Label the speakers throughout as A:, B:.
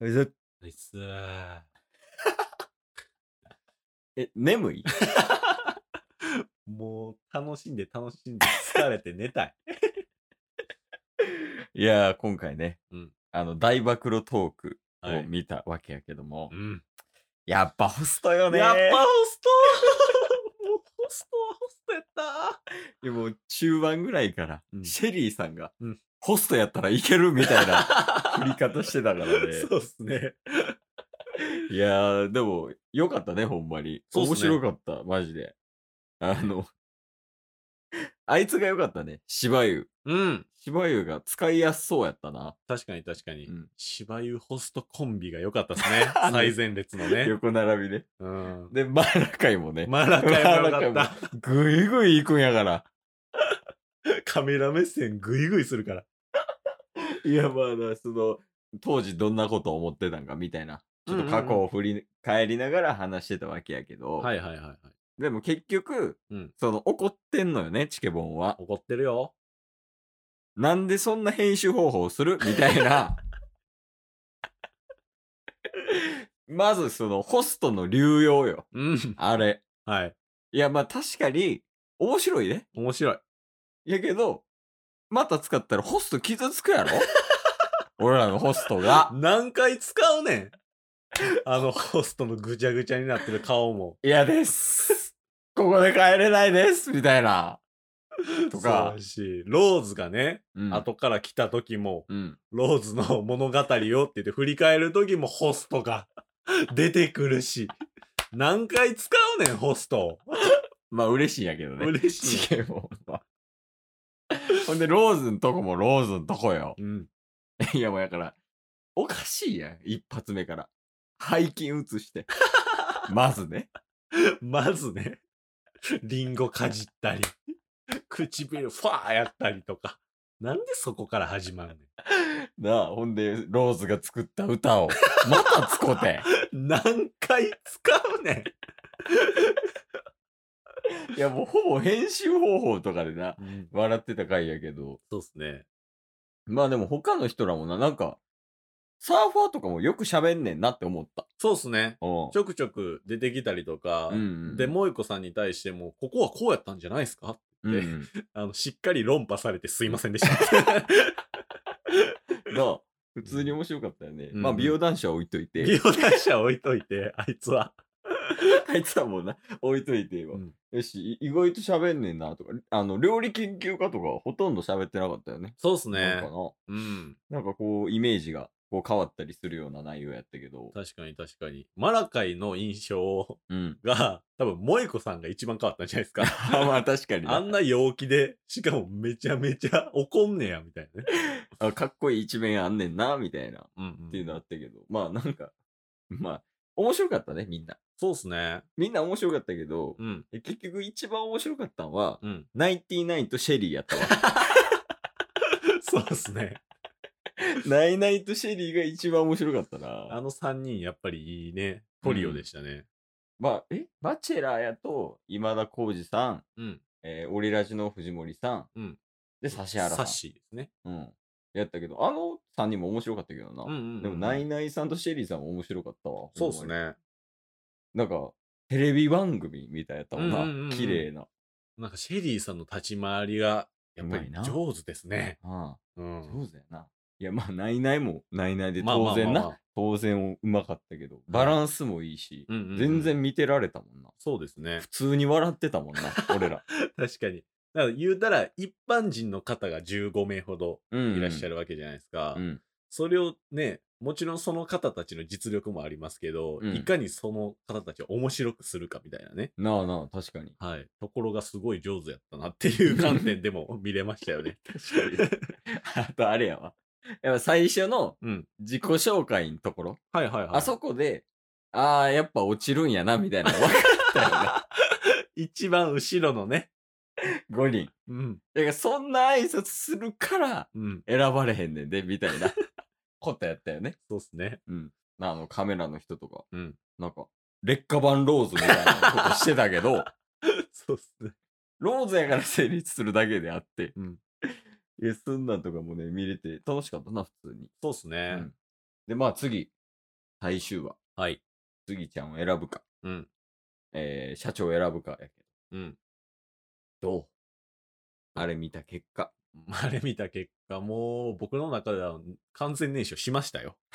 A: うずっ
B: あいつー
A: え、眠 い
B: もう楽しんで楽しんで疲れて寝たい。
A: いやー、今回ね、
B: うん
A: あの、大暴露トーク
B: は
A: を
B: い
A: 見たわけやけども、
B: うん。
A: やっぱホストよねー。
B: やっぱホスト もうホストはホストやった
A: いやもう中盤ぐらいから、
B: うん
A: シェリーさんが、
B: うん
A: ホストやったらいけるみた いな振り方してたからね。
B: そうっすね。
A: いやー、でも、よかったね、ほんまに。
B: そうっす
A: 面
B: ね
A: 白かった、マジで。あの、あいつがよかったね、芝生。
B: うん。
A: 芝生が使いやすそうやったな。
B: 確かに確かに
A: うん。
B: 芝生ホストコンビが良かったです ね。最前列のね。
A: 横並びね。
B: うん。
A: で、マーラカイもね。
B: マラカイも良かっ
A: ぐいぐい行くんやから。
B: た。カメラ目線グイグイするから。
A: いや、まあな、その、当時どんなことを思ってたんかみたいな。ちょっと過
B: うん
A: 去
B: うん
A: を振り返りながら話してたわけやけど。
B: はいはいはいはい。
A: でも結局、
B: うん
A: その怒ってんのよね、チケボンは。
B: 怒ってるよ。
A: なんでそんな編集方法をするみたい な。まずそのホストの流用よ。
B: うん。
A: あれ。
B: はい。
A: いやまあ確かに面白いね。
B: 面白い。
A: やけど、また使ったらホスト傷つくやろ 俺らのホスト が。
B: 何回使うねんあのホストのぐちゃぐちゃになってる顔も。
A: 嫌です。 ここで帰れないです。みたいな。とか
B: そう。だし、ローズがね、
A: うん。
B: 後から来た時も、
A: うん。
B: ローズの物語をって言って振り返る時もホストが 出てくるし、何回使うねん、ホスト。
A: まあ嬉しいんやけどね。
B: 嬉
A: チ
B: しい。
A: ケボンは。ほんで、ローズんとこもローズんとこよ。
B: うん。
A: いや、もうやから、おかしいやん、一発目から。背筋移して。 まずね。
B: まずね、リンゴかじったり、唇ファーやったりとか。なんでそこから始まる
A: なあ、ほんで、ローズが作った歌を、またつこて。
B: ねん。何回使うねん。
A: いや、もうほぼ編集方法とかでな、笑ってた回やけど。
B: そうっすね。
A: まあでも他の人らもな、なんか、サーファーとかもよく喋んねんなって思った。
B: そうっすね。
A: うん
B: ちょくちょく出てきたりとか、
A: うんうん
B: で、萌子さんに対しても、ここはこうやったんじゃないですか
A: うんうん。
B: あの、しっかり論破されてすいませんでした。
A: なあ、普通に面白かったよね。
B: うん
A: まあ美容男子は置いといて。
B: 美容男子は置いといて、あいつは。
A: あいつはもうな、置いといてよ。
B: うん
A: よし、い意外と喋んねんなとか、あの、料理研究家とかはほとんど喋ってなかったよね。
B: そうっす
A: なんか
B: ね。
A: な。
B: うん。
A: なんかこう、イメージがこう変わったりするような内容やったけど。
B: 確かに確かに。マラカイの印象
A: うん。
B: が、多分、萌子さんが一番変わったんじゃないです か。
A: あ まあ確かに
B: あ
A: な。
B: んな陽気で、しかもめちゃめちゃ怒んねや、みたいなね。
A: あかっこいい一面あんねんな、みたいな。っ
B: うん
A: ていうのあったけど。まあなんか、まあ、面白かったね、みんな。
B: そうっすね。
A: みんな面白かったけど、
B: うん。
A: え結局一番面白かったのは、
B: うん。
A: ナインティナインとシェリー やったわ。
B: そうっすね。
A: ナイナイとシェリーが一番面白かったな。
B: あの3人、やっぱりいいね。トリオでしたね。
A: まあ、えバチェラーやと、今田耕司さん、
B: うん。
A: えー、オリラジの藤森さん、
B: うん
A: で、指原さ
B: サ
A: ん
B: ッ、シーですね。
A: うん、やったけど、あの3人も面白かったけどな。
B: うんうんうん
A: でも、ナイナイさんとシェリーさんも面白かったわ。
B: そうです
A: ほんま
B: ね。
A: に。なんか、テレビ番組みたいやったもんな。
B: うんうんうんうん
A: 綺麗な。
B: なんかシェリーさんの立ち回りが、やっぱ
A: う
B: り
A: まいな
B: 上手ですね。
A: あ
B: う
A: あ、
B: ん。
A: 上手やな。いや、まあ、ナイナイも、ナイナイで
B: まあま
A: 当
B: あまあ
A: 然
B: まあ
A: な。当然うまかったけど、バランスもいいし、
B: うんうんうん
A: 全。然見てられたもんな。
B: そうですね
A: 普。通に笑ってたもんな、俺ら。
B: 確かに。だから言うたら、一般人の方が15名ほど
A: うん
B: いらっしゃ
A: る。
B: るわけじゃないですか。
A: うん。
B: それをね、もちろんその方たちの実力もありますけど、
A: うん
B: いかにその方たちを面白くするかみたいなね。
A: なあなあ、確かに。
B: はい。ところがすごい上手やったなって いう観点でも見れましたよね。
A: 確かに。 あとあれやわ。やっぱ最初の
B: うん。
A: 自己紹介のところ、
B: はいはいはい。
A: あそこで、ああ、やっぱ落ちるんやな、み たいなの分かったよな、
B: 一番後ろのね。
A: 5人。
B: うん。
A: だからそんな挨拶するから
B: うん。
A: 選ばれへんねんで、み たいなことやったよね。
B: そうっすね。
A: うん。まああのカメラの人とか、
B: うん。
A: なんか、劣化版ローズみたいなことしてたけ ど、
B: そうっすね。
A: ローズやから成立するだけであって、
B: うん。
A: え、そんなんとかもね、見れて楽しかったな、普通に。
B: そうっすね。
A: うんで、まあ次、最終話、
B: はい。
A: スギちゃんを選ぶか、
B: うん。
A: えー社長を選ぶかやけ
B: うん。
A: ど、どうあれ見た結果、
B: あれ見た結果、もう僕の中では完全燃焼しましたよ。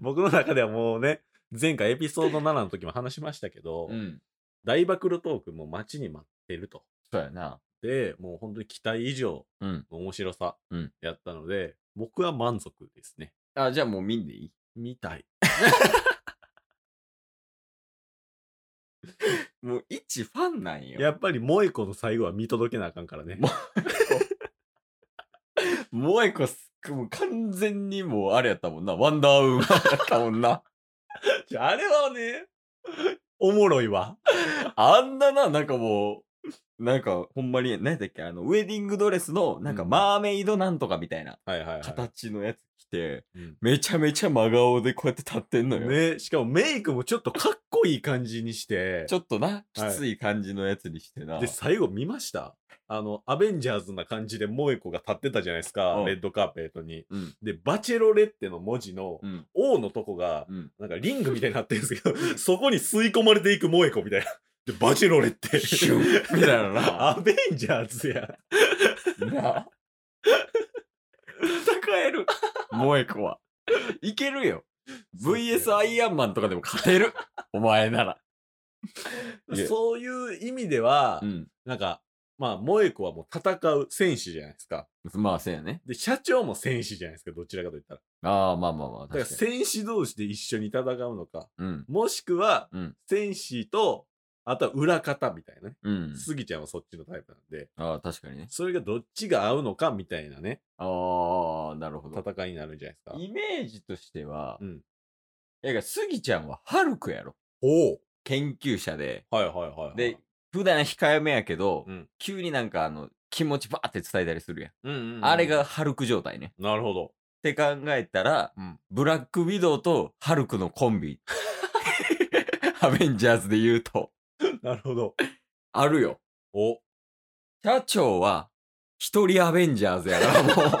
B: 僕の中ではもうね、前回エピソード7の時も話しましたけど、
A: ん、
B: 大暴露トークも待ちに待ってると。
A: そうやな。
B: で、もう本当に期待以上
A: うん。
B: の面白さ
A: うん
B: やったので、僕は満足ですね。
A: あ、じゃあもう見んでいい
B: みたい。
A: もう一ファンなんよ。
B: やっぱり萌子の最後は見届けなあかんからね。
A: も萌え子すもう完全にもうあれやったもんな。ワンダーウーマンやったもんな。
B: じゃああれはね、 おもろいわ。
A: あんなな、なんかもう、なんかほんまに、何やったっけ、あの、ウェディングドレスの、なんか
B: うん
A: マーメイドなんとかみたいな
B: はいはい、はい。
A: 形のやつ着て、
B: うん
A: めちゃめちゃ真顔でこうやって立ってんのよ。
B: ね、しかもメイクもちょっとかっこいい感じにして、
A: ちょっとな、きつい感じのやつにしてな。
B: で、最後見ましたあの、アベンジャーズな感じで萌子が立ってたじゃないですか、
A: うん
B: レッドカーペットに。
A: うん。
B: で、バチェロレッテの文字の
A: うん。
B: 王のとこが、
A: うん。
B: なんかリングみたいになってるんですけど、そこに吸い込まれていく萌子みたいな。で、バチェロレッテ。
A: シュン みたいなのな。
B: アベンジャーズや。
A: な。戦える。萌え子は。いけるよ。VS アイアンマンとかでも勝てる。お前なら。いや
B: そういう意味では、
A: うん。
B: なんか、まあ、萌子はもう戦う戦士じゃないですか。
A: まあ、せやね。
B: で、社長も戦士じゃないですか、どちらかといったら。
A: ああ、まあまあまあ、
B: だから
A: 確かに。
B: 戦士同士で一緒に戦うのか、
A: うん。
B: もしくは
A: うん、
B: 戦士と、あとは裏方みたいなね。
A: うん。
B: スギちゃんはそっちのタイプなんで、
A: ああ、確かにね。
B: それがどっちが合うのかみたいなね、
A: ああ、なるほど。
B: 戦いになるんじゃないですか。
A: イメージとしては、
B: う
A: い
B: ん。
A: や、だからスギちゃんはハルクやろ。
B: おう
A: 研究者で。
B: はいはいはいはい。
A: で、、普段控えめやけど、
B: うん
A: 急になんかあの、気持ちバーって伝えたりするやん。
B: うんうんうん
A: あれが、ハルク状態ね。
B: なるほど。
A: って考えたら、
B: うん
A: ブラックウィドウとハルクのコンビ。アベンジャーズで言うと、
B: なるほど。
A: あるよ。
B: お
A: 社長は、一人アベンジャーズやから、も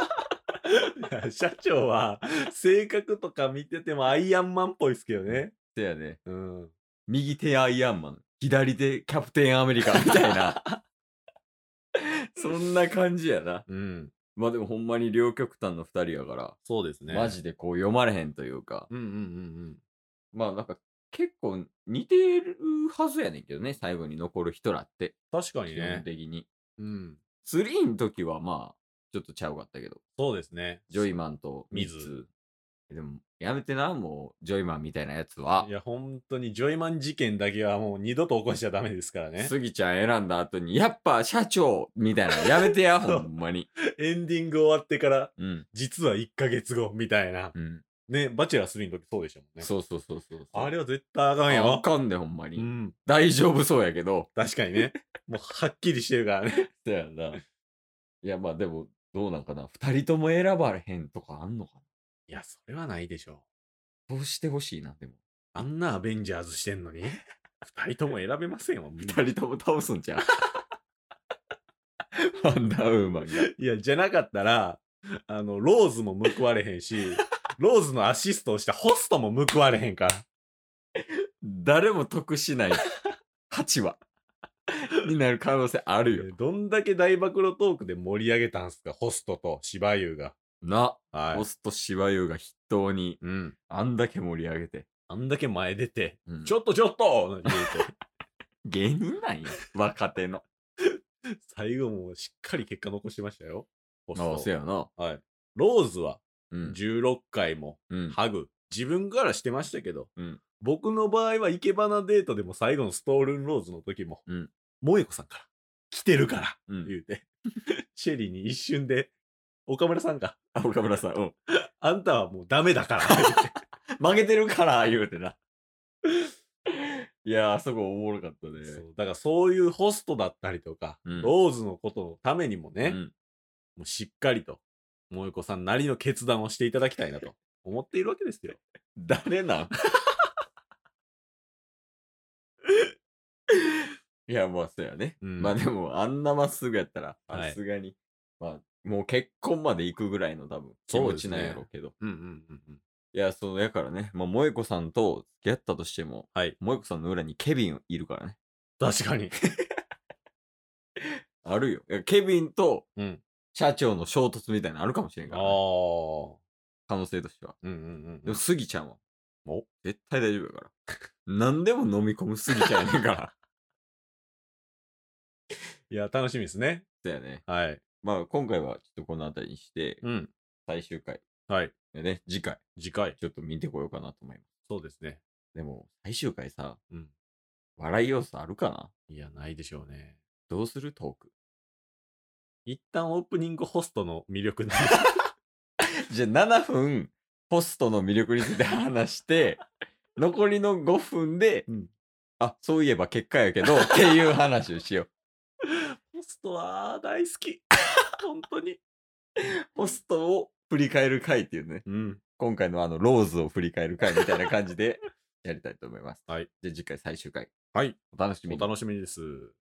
A: う。
B: 社長は、性格とか見ててもアイアンマンっぽいですけどね。
A: せやね。
B: うん。
A: 右手アイアンマン、左手キャプテンアメリカみたいな。そんな感じやな。
B: うん。
A: まあでもほんまに両極端の二人やから、
B: そうですね。
A: マジでこう読まれへんというか、
B: うんうんうん
A: まあなんか結構似てるはずやねんけどね、最後に残る人らって、
B: うん。確かに
A: 基本
B: ね。
A: 的に。
B: うん。
A: 3の時はまあ、ちょっとちゃうかったけど、
B: そうですね。
A: ジョイマンとミ
B: ミ
A: ズ
B: ズ。。
A: でも、やめてな、もう、ジョイマンみたいなやつはい
B: や、本当にジョイマン事件だけはもう二度と起こしちゃダメですからね。
A: スギちゃん選んだ後に、やっぱ社長みたいなのやめて や、
B: そ
A: ほ
B: うん
A: まに。
B: エンディング終わってから、
A: うん。
B: 実は1ヶ月後、みたいな。
A: うん。
B: ね、バチェラー3の時そうでしたもんね。
A: そうそうそうそうそう。
B: あれは絶対あかん
A: ああ
B: よ。
A: かんで、ほんま
B: う
A: に。
B: ん。
A: 大丈夫そうやけど。
B: 確かにね。もうはっきりしてるからね。
A: そやな。いや、まあでも、どうなんかな。二人とも選ばれへんとかあんのか
B: いや、それはないでしょ
A: な。そうしてほしいな、でも。
B: う。あんなアベンジャーズしてんのに、二人とも選べませんわ。みんな
A: 二人とも倒すんじゃん。 ワンダーウーマンが。
B: いや、じゃなかったら、あの、ローズも報われへんし、ローズのアシストをしたホストも報われへんから。
A: 誰も得しない8話 になる可能性あるよ。
B: えーどんだけ大暴露トークで盛り上げたんすか、ホストと芝優が。
A: な、
B: は
A: オスとシワユが筆頭に
B: い。うん。
A: あんだけ盛り上げて。
B: あんだけ前出て、
A: うん
B: ちょっとちょっと言う
A: 芸人なん や、若手の。
B: て最後もしっかり結果残してましたよ。ホス
A: ああ、せ
B: ト。
A: やな。
B: はい。ローズは
A: うん。
B: 16回も
A: うん、
B: ハグ、自分からしてましたけど、
A: うん
B: 僕の場合は生け花デートでも最後のストールンローズの時も、
A: うん
B: 萌子さんから来てるから
A: うん。
B: 言うて、シェリーに一瞬で、岡村さんが、
A: あ、岡村さん、うん。
B: あんたはもうダメだから 言うて
A: 曲げてるから、言うてな。いやー、あそこおもろかったね。
B: そうだからそういうホストだったりとか、
A: うん
B: ローズのことのためにもね、
A: う
B: も
A: ん
B: うしっかりと萌子さんなりの決断をしていただきたいなと思っているわけですよ。
A: 誰なん いや、まあ、そうやね。
B: うん
A: まあでも、あんなまっすぐやったら、
B: はい
A: さすがに、まあ、もう結婚まで行くぐらいの多分、気
B: そう
A: 持
B: です
A: ち
B: ね
A: なんやろうけど。
B: うんうんうんうん。
A: いいや、そう、やからね、まあ、萌子さんと付き合ったとしても、
B: はい。
A: 萌子さんの裏にケビンいるからね。
B: 確か に。
A: あるよ。いやケビンと
B: うん。
A: 社長の衝突みたいなのあるかもしれん
B: あ
A: からね、
B: あ。
A: 可能性としては。
B: うんうんう
A: で
B: ん
A: も、。スギちゃんは、
B: お
A: 絶対大丈夫やから。何でも飲み込むスギちゃんやねんから。
B: いや、楽しみですね。
A: そうやね。
B: はい。
A: まあ、今回はちょっとこの辺りにして、
B: うん。
A: 最終回。
B: はい。
A: でね、次回、
B: 次回。
A: ちょっと見てこようかなと思います。
B: そうですね。
A: でも、最終回さ、
B: うん。
A: 笑い要素あるかない
B: や、ないでしょうね。
A: どうするトーク。
B: 一旦オープニングホストの魅力に
A: じゃあ、7分、ホストの魅力に ついて話して、残りの5分で、
B: うん
A: あ、そういえば結果やけ ど、っていう話をしよう。
B: ホストは大好き。 本当に。
A: ホストを振り返る回っていうね、
B: うん。
A: 今回のあの、ローズを振り返る回みたいな感じでやりたいと思います。
B: はい。
A: じゃあ次回最終回。
B: はい。
A: お楽しみ
B: お
A: に。
B: 楽しみです。